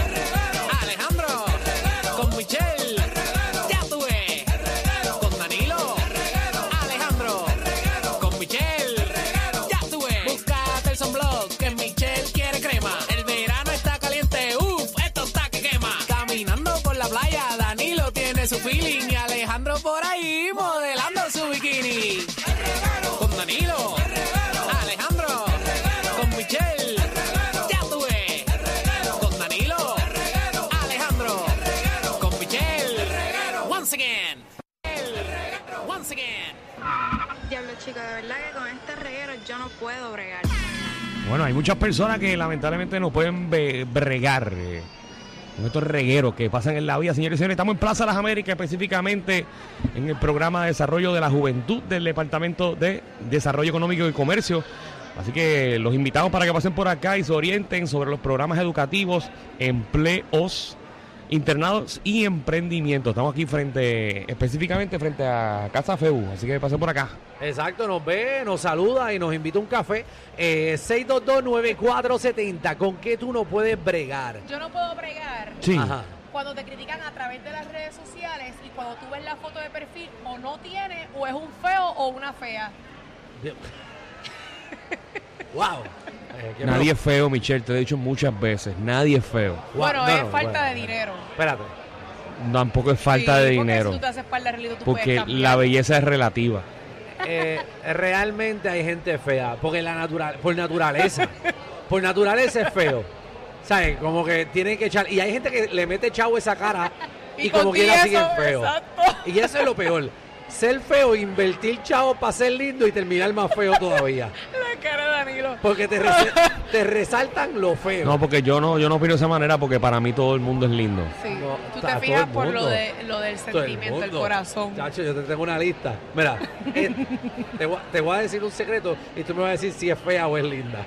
Alejandro, con Michelle, ya tuve, con Danilo, Alejandro, con Michelle, ya tuve. Búscate el sunblock que Michelle quiere crema. El verano está caliente, uff, esto está que quema. Caminando por la playa, Danilo tiene su feeling y Alejandro por ahí modelando su bikini. Con Danilo, Alejandro, con Michelle, ya tuve con Danilo, Alejandro, con Michelle, once again, once again. Diablo, chico, de verdad que con este reguero yo no puedo bregar. Bueno, hay muchas personas que lamentablemente no pueden be- bregar eh, con estos regueros que pasan en la vida. Señores y señores, estamos en Plaza Las Américas, específicamente en el programa de desarrollo de la juventud del Departamento de Desarrollo Económico y Comercio. Así que los invitamos para que pasen por acá y se orienten sobre los programas educativos, empleos, internados y emprendimiento. Estamos aquí frente, específicamente frente a Casa FEU, así que pasen por acá. Exacto, nos ve, nos saluda y nos invita a un café. Eh, 6229470, ¿con qué tú no puedes bregar? Yo no puedo bregar Sí. Ajá. cuando te critican a través de las redes sociales y cuando tú ves la foto de perfil o no tiene o es un feo o una fea. Wow. Eh, qué Nadie es feo, Michelle, te lo he dicho muchas veces, nadie es feo. pro- wow, Bueno, no, es no, falta bueno, de dinero. Espérate. Tampoco es falta Sí, de porque dinero. Si tú te haces espalda realito, tú puedes Porque cambiar. la belleza es relativa. Eh, realmente hay gente fea, porque la natural, por naturaleza. por naturaleza es feo. ¿Sabes? Como que tienen que echar. Y hay gente que le mete chavo esa cara y, Y como contigo quiera siguen eso, feo. exacto. Y eso es lo peor. Ser feo, invertir chavo para ser lindo y terminar más feo todavía. La cara de Danilo. Porque te, rese- te resaltan lo feo. No, porque yo no, yo no opino de esa manera porque para mí todo el mundo es lindo. Sí, No, tú está te todo fijas el por lo, mundo. de, lo del Todo el sentimiento, el mundo. corazón. Chacho, yo te tengo una lista. Mira, eh, te, voy, a- te voy a decir un secreto y tú me vas a decir si es fea o es linda.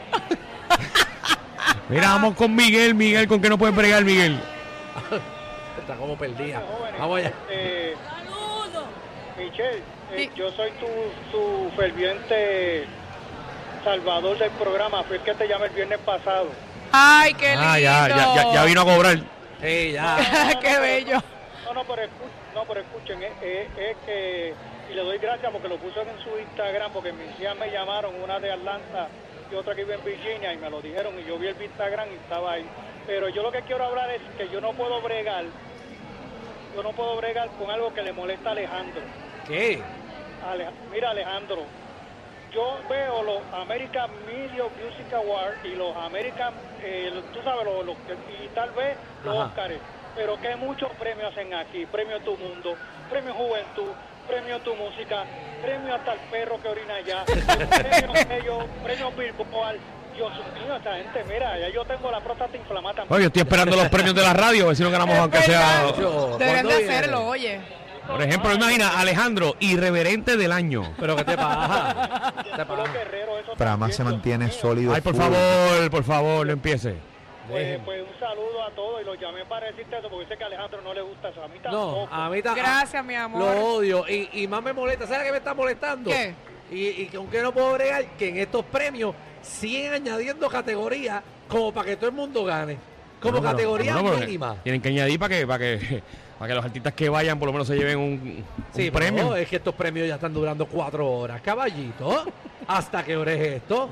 Mira, vamos con Miguel, Miguel, ¿con qué no puedes bregar, Miguel? Está como perdida. Vamos allá. Eh, Michelle, eh, Sí. yo soy tu, tu ferviente salvador del programa. Fui el que te llamé el viernes pasado. Ay, qué lindo. Ah, ya, ya, ya, ya vino a cobrar. Sí, ya. qué bello. No, no, pero, escu- no, pero escuchen, eh, es que... Y le doy gracias porque lo puso en su Instagram, porque mis hijas me llamaron, una de Atlanta y otra que vive en Virginia, y me lo dijeron, y yo vi el Instagram y estaba ahí. Pero yo lo que quiero hablar es que yo no puedo bregar, yo no puedo bregar con algo que le molesta a Alejandro. ¿Qué? Ale- mira Alejandro, yo veo los American Media Music Awards y los American, eh, los- tú sabes, los, los- y tal vez los Ajá. Oscars, pero que muchos premios hacen aquí, premio Tu Mundo, premio Juventud, premio Tu Música, premio hasta el perro que orina allá, premio ellos, premio Billboard, Dios mío, esta gente, mira, ya yo tengo la próstata inflamada. Oye, yo estoy esperando los premios de la radio, a ver si no ganamos aunque sea. Yo, Deberían de ¿cuándo viene? hacerlo, oye. Por ejemplo, imagina, Alejandro, irreverente del año. ¿Pero qué te pasa? ¿Te Pero pasa? guerrero, eso programa también, se Dios mantiene mío. sólido. Ay, por full. favor, por favor, no empiece. Pues, pues un saludo a todos y los llamé para decirte eso porque sé que a Alejandro no le gusta eso. A mí tampoco. No, a mí ta- Gracias, mi amor. Lo odio y, y más me molesta. ¿Sabes qué me está molestando? ¿Qué? Y, y que aunque no puedo bregar, que en estos premios siguen añadiendo categorías como para que todo el mundo gane. Como Bueno, pero- categoría bueno, pero mínima. Tienen que añadir para que, para que, para que los artistas que vayan por lo menos se lleven un, un Sí, pero premio. no, es que estos premios ya están durando cuatro horas, caballito. ¿Hasta qué hora es esto?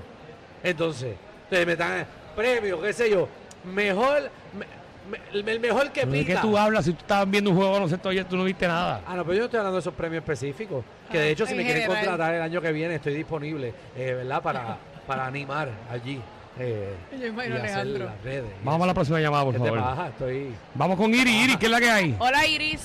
Entonces, te metan premio, qué sé yo. Mejor, me- me- el mejor que Pero ¿De pica. qué tú hablas si tú estabas viendo un juego de baloncesto ayer tú no viste nada? Ah, no, pero yo no estoy hablando de esos premios específicos. Que de hecho, Ah, si en me quieren general. contratar el año que viene, estoy disponible, eh, ¿verdad? Para, para animar allí. eh, Yo imagino y a hacer Alejandro. las redes. y Vamos a la próxima llamada, por ¿Qué te favor. pasa? Estoy. Vamos con Iri, Iri, ¿qué es la que hay? Hola Iris.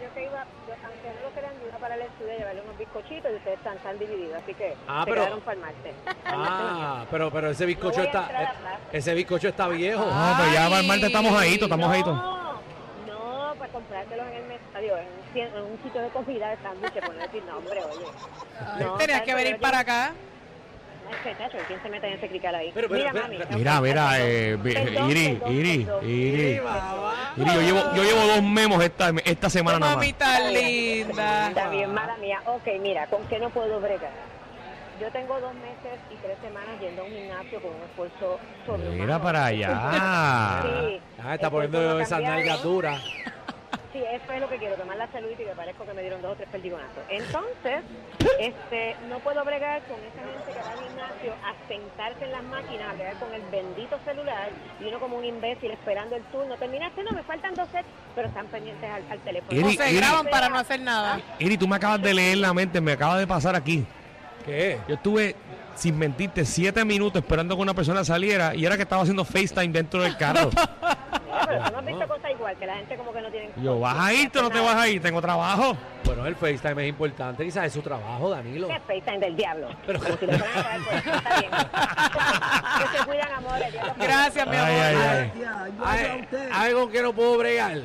Yo que iba, yo, aunque no lo crean, yo iba para el estudio a llevarle unos bizcochitos y ustedes están tan divididos, así que Ah, se pero- quedaron para el martes. Ah, pero, pero ese bizcocho No voy a está. entrar a eh, hablar. Ah, ese bizcocho está viejo. No, pero ya va, Ay. Marta, estamos ahí, estamos ahí. No, no, para comprárselos en el mercado, en, un cien- en un sitio de comida de sándwiches, por no decir nombre, oye. No, Tenías tal, que pero venir yo- para acá. Ay, muchacho, ¿quién se mete en ese crical ahí? Pero, pero, mira, pero, mami. pero- Mira, ok, mira, perdón, eh, vi- perdón, Iri, perdón, Iri, perdón. Iri. mamá. Mira, yo llevo, yo llevo dos memos esta, esta semana nada más. Mami tan linda. Está bien, mala mía. Ok, mira, ¿con qué no puedo bregar? Yo tengo dos meses y tres semanas yendo a un gimnasio con un esfuerzo sobrehumano. Mira para allá. Sí. Ah, está el cuerpo no poniendo ha esas cambiado. nalgas duras. Sí, eso es lo que quiero, tomar la salud y que parezco que me dieron dos o tres perdigonazos. Entonces, este, no puedo bregar con esa gente que va al gimnasio a sentarse en las máquinas, a bregar con el bendito celular y uno como un imbécil esperando el turno. Terminaste, no, me faltan dos sets, pero están pendientes al, al teléfono. Iri, O Iri. se graban para no hacer nada. Iri, tú me acabas de leer la mente, me acaba de pasar aquí. ¿Qué? Yo estuve, sin mentirte, siete minutos esperando que una persona saliera y era que estaba haciendo FaceTime dentro del carro. Mira, pero tú no has visto cosas igual, que la gente como que no tiene... Y Yo, ¿vas a irte o no te vas a ir? Tengo trabajo. Bueno, el FaceTime es importante, quizás es su trabajo, Danilo. ¿Qué FaceTime del diablo? Pero- Como si le fueran a caer por eso, está bien. que se cuidan, amores. Dios los bendiga. Gracias, mi amor. Ay, ay, ay. Ay, algo que no puedo bregar.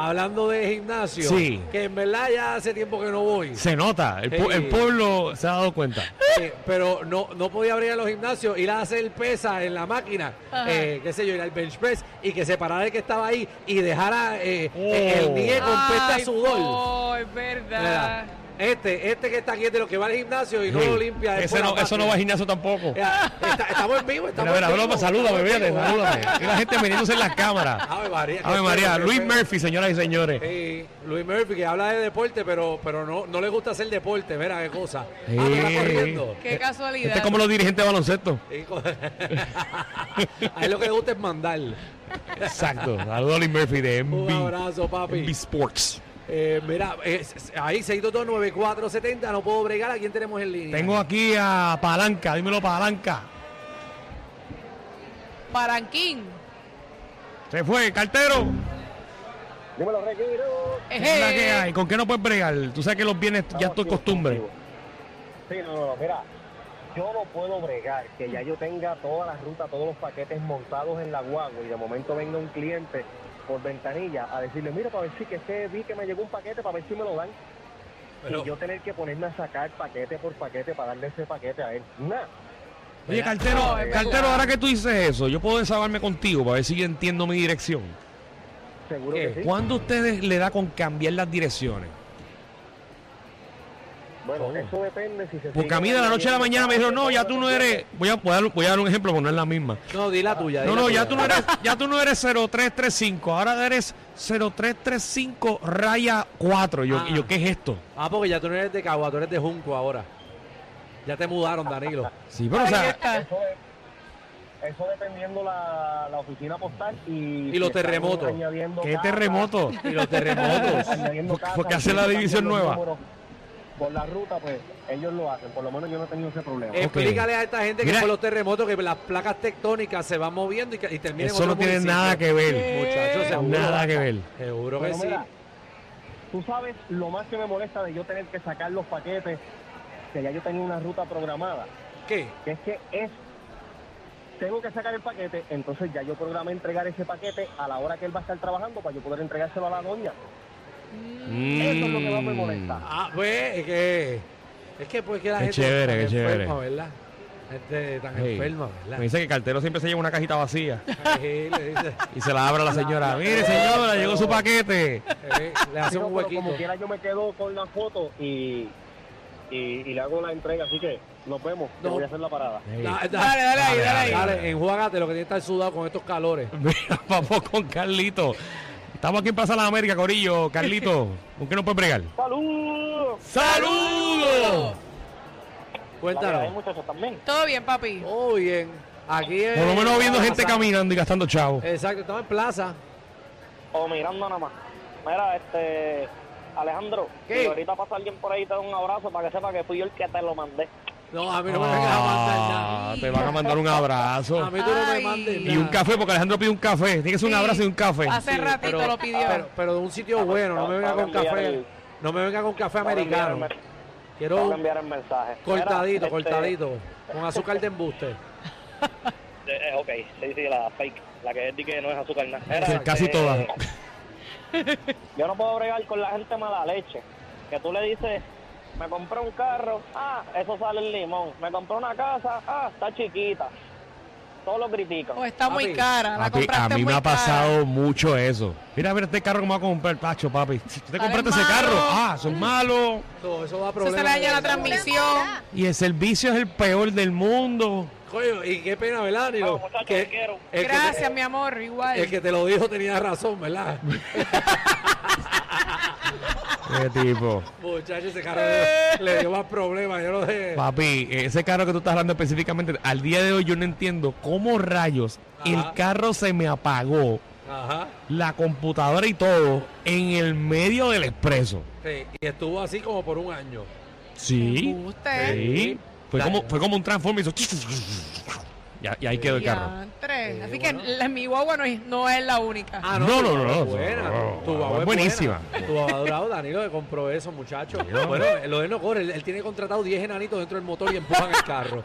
Hablando de gimnasio, Sí. que en verdad ya hace tiempo que no voy. Se nota, el, pu- Sí. el pueblo se ha dado cuenta. Eh, pero no, no podía abrir a los gimnasios, ir a hacer pesa en la máquina, Ajá. eh, qué sé yo, ir al bench press y que se parara el que estaba ahí y dejara eh, Oh. eh, el nie con pues pesta Ay, sudor. boy, verdad. Mira, este, este que está aquí es de los que va al gimnasio y no Sí. lo limpia. después Ese no, la eso no va máquina. al gimnasio tampoco. Eh, está- estamos en vivo, estamos Mira, mira, en vivo. broma, salúdame, estamos en fíjate, vivo. salúdame. Y la gente metiéndose en las cámaras. Ave María, qué Ave María, feo, qué Luis feo. Murphy, señoras y señores. Sí, Eh, Luis Murphy que habla de deporte, pero, pero no, no le gusta hacer deporte, mira qué cosa. Ah, no está Sí. corriendo. Qué casualidad. Este es como los dirigentes de baloncesto. Sí, co- A él lo que le gusta es mandar. Exacto. Saludos a Luis Murphy de Un MB, abrazo, MB papi. Sports. Eh, mira, es- es- ahí 6229470, no puedo bregar, ¿a quién tenemos en línea? Tengo aquí a Palanca, dímelo Palanca. Paranquín. Se fue, cartero. Dímelo, Reguiro. Eh. ¿Qué es la que Ejé. hay? ¿Con qué no puedes bregar? Tú sabes que los bienes ya es tu costumbre. Sí, no, no, no, mira, yo no puedo bregar que ya yo tenga toda la ruta, todos los paquetes montados en la guagua y de momento venga un cliente por ventanilla a decirle, mira, para ver si que este vi que me llegó un paquete, para ver si me lo dan. Pero- Y yo tener que ponerme a sacar paquete por paquete para darle ese paquete a él. Nah. Oye, No, cartero, es verdad. cartero, ahora que tú dices eso, yo puedo desahogarme contigo para ver si yo entiendo mi dirección. Seguro ¿Qué? que sí. ¿Cuándo a ustedes le da con cambiar las direcciones? Bueno, ¿Cómo? eso depende si se Porque sigue a mí de la noche a la mañana me dijeron, no, ya tú no eres. Voy a, voy a dar- voy a dar un ejemplo, porque no es la misma. No, di la tuya. di No, la no, ya tuya. tú no eres, ya tú no eres 0335, ahora eres 0335 raya 4. Yo, Ah. y yo, ¿qué es esto? Ah, porque ya tú no eres de Cagua, tú eres de Junco ahora. Ya te mudaron, Danilo. Sí, pero o Ahí sea, está. Eso, de- eso dependiendo la, la oficina postal y... Y los si están terremotos. añadiendo ¿qué casas, terremoto? Y los terremotos. añadiendo casas, Porque hace la cambiando división los nueva. números Por la ruta, pues, ellos lo hacen. Por lo menos yo no he tenido ese problema. Eh, Explícale a esta gente Mira. que por los terremotos, que las placas tectónicas se van moviendo y, que- y terminan en Eso no otro tiene municipio. nada que ver. Muchachos, seguro. Nada que ver. Seguro que Pero sí. mira, tú sabes lo más que me molesta de yo tener que sacar los paquetes, que ya yo tenía una ruta programada, ¿Qué? que es que es... Tengo que sacar el paquete, entonces ya yo programé entregar ese paquete a la hora que él va a estar trabajando para yo poder entregárselo a la doña. Eso es lo que más me molesta. Ah, pues, es que. Es que, pues, que la Qué gente. chévere, tan qué chévere. Pues- enferma, ¿verdad? Gente tan Ey, enferma, Mm. Me ¿verdad? dice que el cartero siempre se lleva una cajita vacía Sí, le, dice, y se la abre a la señora. Mire, señora, llegó su paquete. eh, le hace Sí, no, un pero huequito. Como quiera yo me quedo con la foto y, y, y le hago la entrega, así que nos vemos. que No. voy a hacer la parada. Ey, Da- da- Dale, dale ahí, dale ahí. Dale, enjuágate lo que tiene que estar sudado con estos calores. Mira, vamos con Carlito. Estamos aquí en Plaza de las Américas, Corillo. Carlito, ¿con qué no puedes bregar? ¡Saludos! ¡Saludos! La que hay, Cuéntanos. muchachos, también. Todo bien, papi. Todo Oh, bien. Aquí es. Por lo menos viendo gente plaza. caminando y gastando chavo. Exacto, estamos en plaza. O mirando nada más. Mira, este. Alejandro, ¿Qué? si ahorita pasa alguien por ahí, te da un abrazo para que sepa que fui yo el que te lo mandé. No, a mí no me van a mandar nada. Ah, te van a mandar un abrazo. A mí tú no me mandes Y un café, porque Alejandro pide un café. Tiene que ser un abrazo y un café. Sí, pero- Pero, pero de un sitio bueno, no me venga con enviar café. el- No me venga con café Voy a enviar el americano. mes- Quiero voy a un enviar el mensaje. cortadito, Mira, este, cortadito. Con azúcar de embuste. eh, eh, ok, sí, sí, la fake. La que es de que no es azúcar nada. Mira, Sí, Casi este, todas. Yo no puedo bregar con la gente mala leche. Que tú le dices, me compré un carro, ah, eso sale el limón. Me compré una casa, ah, está chiquita. Todos lo critican. O Oh, está muy cara, la Papi, compraste a mí muy me ha cara. pasado mucho eso. Mira, mira este carro que me va a comprar, Pacho, papi. Si tú te Sale compraste malo. ese carro, ah, son malos. Todo eso da Eso problemas. se le daña la transmisión. Y el servicio es el peor del mundo. Coño, y qué pena, ¿verdad? Danilo? Que- el que te- Gracias, mi amor, igual. el que te lo dijo tenía razón, ¿verdad? Qué tipo. Muchachos, ese carro le, le dio más problemas. Yo lo de. Papi, ese carro que tú estás hablando específicamente, al día de hoy yo no entiendo cómo rayos el carro se me apagó, Ajá. la computadora y todo, en el medio del expreso. Sí, y estuvo así como por un año. Sí. embuste. Sí. Fue como, fue como un transforme hizo y, a- y ahí quedó el carro. Eh, Diantre. Así que la, mi guagua no es, no es la única. Ah, No, no, no, no. Buena. no, tu no, guagua es es buenísima. buena. Tu guagua durado, Danilo, que compró eso, muchacho. no. Bueno, lo de no corre. Él, él tiene contratado 10 enanitos dentro del motor y empujan el carro.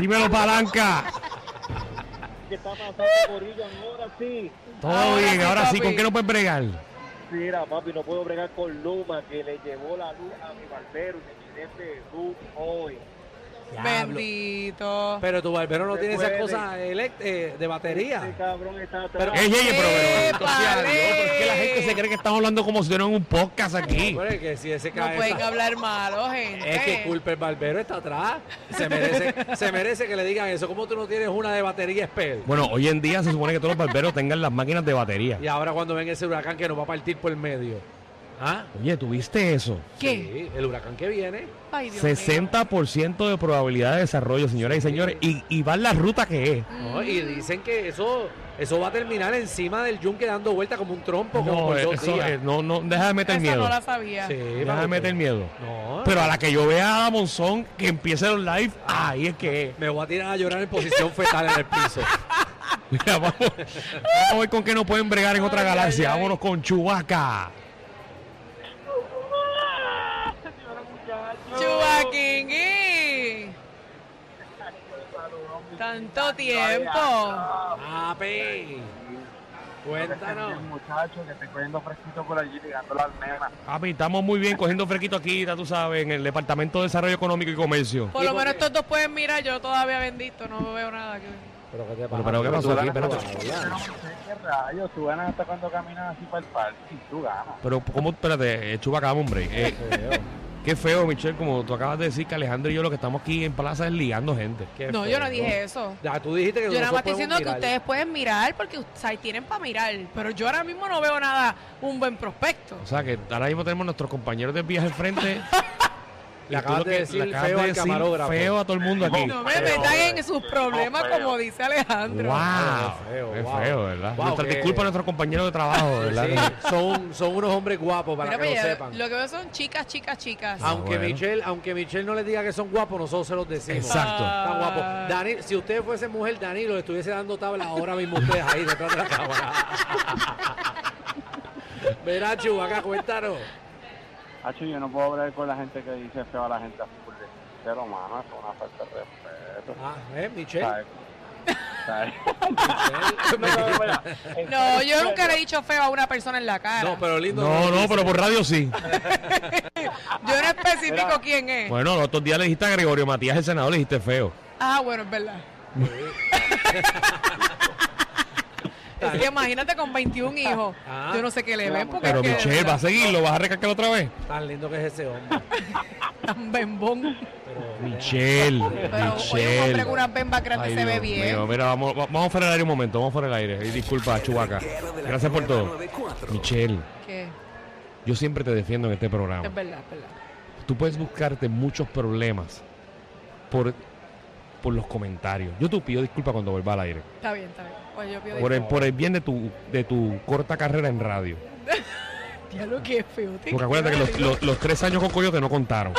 Dímelo, palanca. ¿Qué está pasando, Corillo? Ahora sí. Todo Ahora bien, sí, ahora sí, ¿con papi. qué no puedes bregar? Mira, papi, no puedo bregar con Luma, que le llevó la luz a mi barbero y me quedé pelú hoy. Diablo. Bendito. Pero tu barbero no Se tiene esas puede. cosas elect- eh, de Este batería. cabrón está atrás. Pero- Ey, ey, pero, pero, ¡Épale! entonces, adiós, pero es que la gente se cree que estamos hablando como si fueran un podcast aquí. Hombre, que si ese No cae pueden esa- hablar malo, gente. Es que culpa el barbero está atrás. Se merece, se merece que le digan eso. ¿Cómo tú no tienes una de batería spell? Bueno, hoy en día se supone que todos los barberos tengan las máquinas de batería. Y ahora cuando ven ese huracán que nos va a partir por el medio. ¿Ah? Oye, ¿tuviste eso? ¿Qué? Sí, el huracán que viene. Ay, Dios mío. 60% de probabilidad de desarrollo, señoras y señores. Y, y va en la ruta que es. ¿no? Y dicen que eso eso va a terminar encima del yunque dando vuelta como un trompo. como No, por dos eso, días. eh, no, no, deja de meter Esa miedo. no la sabía. Sí, Deja de papi. meter miedo. No. Pero a la que yo vea a Monzón que empiece los live, ahí es que es. Me voy a tirar a llorar en posición fetal en el piso. Mira, vamos, vamos a ver con qué nos pueden bregar en otra Ay, ay, galaxia. ay. Vámonos con Chubaca. Chubaquingui. Tanto tiempo. ¡Papi! Cuéntanos. muchacho que estoy cogiendo fresquito por allí ligando las nenas. Papi, estamos muy bien cogiendo fresquito aquí, ya tú sabes, en el Departamento de Desarrollo Económico y Comercio. Por lo menos estos dos pueden mirar, yo todavía bendito, no veo nada que ¿Pero qué te Pero, pero, ¿qué pasó aquí? Espérate. No sé qué rayos, tú ganas hasta cuando caminas así para el parque y tú ganas. Pero, ¿cómo? Espérate, eh, Chubaca, dame, hombre. Eh, qué feo, Michelle, como tú acabas de decir que Alejandro y yo lo que estamos aquí en plaza es ligando gente. Qué No, yo no feo. dije eso. Ya, tú dijiste que Yo nada nosotros más estoy diciendo podemos que mirar. ustedes pueden mirar porque o sea, tienen para mirar, pero yo ahora mismo no veo nada, un buen prospecto. O sea, que ahora mismo tenemos nuestros compañeros de viaje al frente. Y Le tú acabas lo de que- decir le acabas feo de al decir camarógrafo. Feo a todo el mundo aquí. No me metan en sus problemas como dice Alejandro. ¡Wow! Qué feo, Qué wow. feo, ¿verdad? Wow, Nuestra- qué- Disculpa a nuestros compañeros de trabajo, ¿verdad? Sí, son, son unos hombres guapos para Mira, que pues, lo ya- sepan. lo que veo son chicas, chicas, chicas. Ah, Aunque, bueno. Michelle, aunque Michelle no les diga que son guapos, nosotros se los decimos. Ah. Exacto. Están guapos. Dani, si usted fuese mujer, Danilo, le estuviese dando tabla ahora mismo ustedes ahí detrás de la cámara. Verá, Chu, acá cuéntanos. Hacho, yo no puedo bregar con la gente que dice feo a la gente así por decir. Pero, mano, es una falta de respeto. Ah, ¿eh, Michelle? ¿Sabes? ¿Sabes? Michelle. No, no, mira, en No, serio, yo nunca le he dicho feo a una persona en la cara. No, pero lindo. No, lo no, pero por radio sí. Yo no especifico quién es. Bueno, los otros días le dijiste a Gregorio Matías, el senador, le dijiste feo. Ah, bueno, es verdad. es que imagínate con 21 hijos. Ah. yo no sé qué le ven porque Pero es que de Michelle, verdad, ¿vas a seguirlo? ¿Vas a recalcar otra vez? Tan lindo que es ese hombre. tan bembón. Pero, Michelle, Pero oye, un hombre con unas Michelle. bembas grandes Ay, se ve Dios bien. mío, mira, vamos, va- vamos fuera del aire un momento, vamos fuera del aire. Y disculpa, Chubaca. Gracias por todo. Michelle, Que yo siempre te defiendo en este programa. es verdad, es verdad. Tú puedes buscarte muchos problemas por, por los comentarios. Yo te pido disculpas cuando vuelva al aire. Está bien, está bien. Pues yo pido Por el, disculpas. por el bien de tu, de tu corta carrera en radio. Diablo, qué feo. te Porque acuérdate que los, quedas. los- los tres años con Coyote no contaron.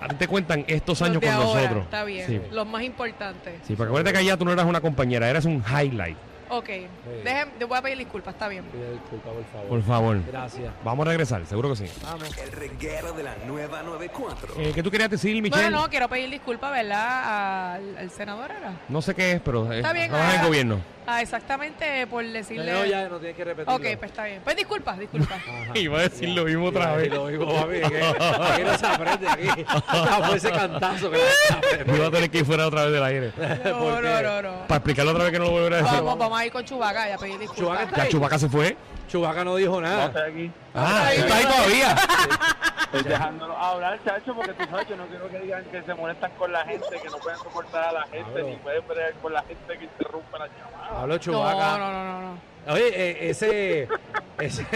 A ti te cuentan estos Los años de con ahora, nosotros. Está bien. Sí. Los más importantes. Sí, porque acuérdate que allá tú no eras una compañera, eras un highlight. Ok. Déjame, te voy a pedir disculpas, está bien. Disculpa, por favor. Por favor. Gracias. Vamos a regresar, seguro que sí. El reguero de la nueva 94. Eh, ¿Qué tú querías decir, Michelle? No, no, no, quiero pedir disculpas, ¿verdad? Al, al senador era. No sé qué es, pero eh, Está bien. trabaja en ah, el gobierno. Ah, exactamente por decirle. No, ya no tienes que repetirlo. Ok, pues está bien. Pues disculpas, disculpas. Iba a decir lo mismo otra vez. Lo mismo, papi, que aquí no se aprende aquí. Hasta fue ese cantazo que no se aprende. Iba a tener que ir fuera otra vez del aire. No, no, no, no. Para explicarlo otra vez que no lo volveré a decir. Vamos, vamos a ir con Chubaca ya pedir disculpas. ¿La Chubaca se fue? Chubaca no dijo nada. Ah, está ahí todavía. Estoy dejándolo hablar, chacho, porque tú sabes, yo no quiero que digan que se molestan con la gente, que no pueden soportar a la gente, ni pueden bregar con la gente que interrumpe la llamada. Hablo Chubaca. No, no, no, no. Oye, eh, ese, ese,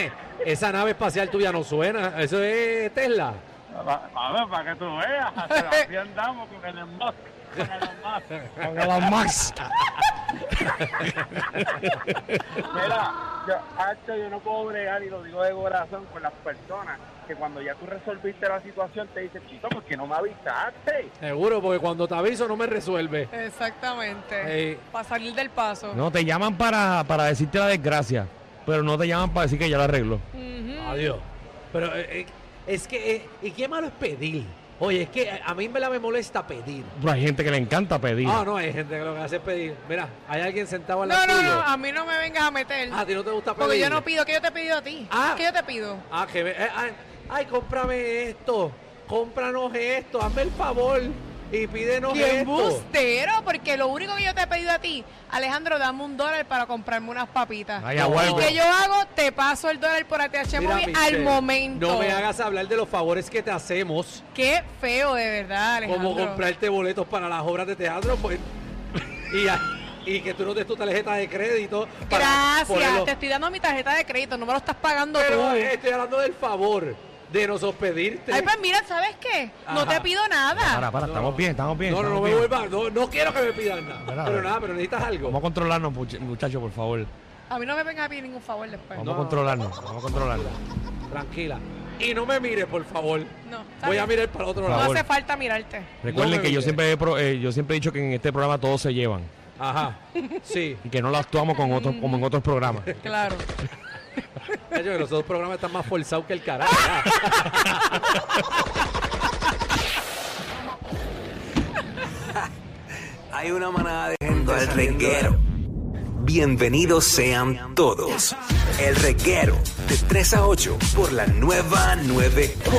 esa nave espacial tuya no suena. Eso es Tesla. A ver, para que tú veas, hasta así andamos con el Musk, con Elon Musk. Con Elon Musk. Mira, yo, Hacho, yo no puedo bregar, y lo digo de corazón, con las personas que cuando ya tú resolviste la situación te dicen, chico, ¿por qué no me avisaste? Seguro, porque cuando te aviso no me resuelve. Exactamente. Ey. Para salir del paso. No, te llaman para, para decirte la desgracia, pero no te llaman para decir que ya la arreglo. Mm. Adiós. Pero eh, eh, es que, eh, ¿y qué malo es pedir? Oye, es que a- a mí en verdad me molesta pedir. Pero hay gente que le encanta pedir. Ah, no, hay gente que lo que hace es pedir. Mira, hay alguien sentado al No, lado no, tuyo. no, a mí no me vengas a meter. Ah, ¿a ti no te gusta pedir? Porque yo no pido, ¿qué yo te pido a ti? Ah. ¿Qué yo te pido? Ah, que me- eh, ay, ay, cómprame esto, cómpranos esto, hazme el favor y pídenos ¡Qué esto. bustero! Porque lo único que yo te he pedido a ti, Alejandro, dame un dólar para comprarme unas papitas. Ay, ¿Y abuelo. que yo hago? Te paso el dólar por ATH Mira, Móvil Michelle, al momento. No me hagas hablar de los favores que te hacemos, Qué feo, de verdad, Alejandro. como comprarte boletos para las obras de teatro, pues, y, a- y que tú no des tu tarjeta de crédito. para Gracias, ponerlo- te estoy dando mi tarjeta de crédito, no me lo estás pagando Pero tú. eh, estoy hablando del favor de nosotros pedirte. Ay, pues mira, ¿sabes qué? No Ajá. te pido nada. Para, para, estamos bien, estamos bien. no, no, no estamos me bien. vuelvas, no, no quiero que me pidan nada. Espera, pero a ver. nada, pero necesitas algo. Vamos a controlarnos, much- muchachos, por favor. A mí no me vengas a pedir ningún favor después. Vamos a controlarnos, vamos a controlarnos. Tranquila. Y no me mires, por favor. No, está Voy a bien. mirar para el otro Por No lado. favor. hace falta mirarte. Recuerden me que yo mires. siempre, he pro- eh, yo siempre he dicho que en este programa todos se llevan Ajá. Sí. y que no lo actuamos con otros, como en otros programas. Claro. Cacho, que los otros programas están más forzados que el carajo. ya. Hay una manada de gente El reguero. Bienvenidos sean todos. El reguero de 3 a 8 por la nueva 94.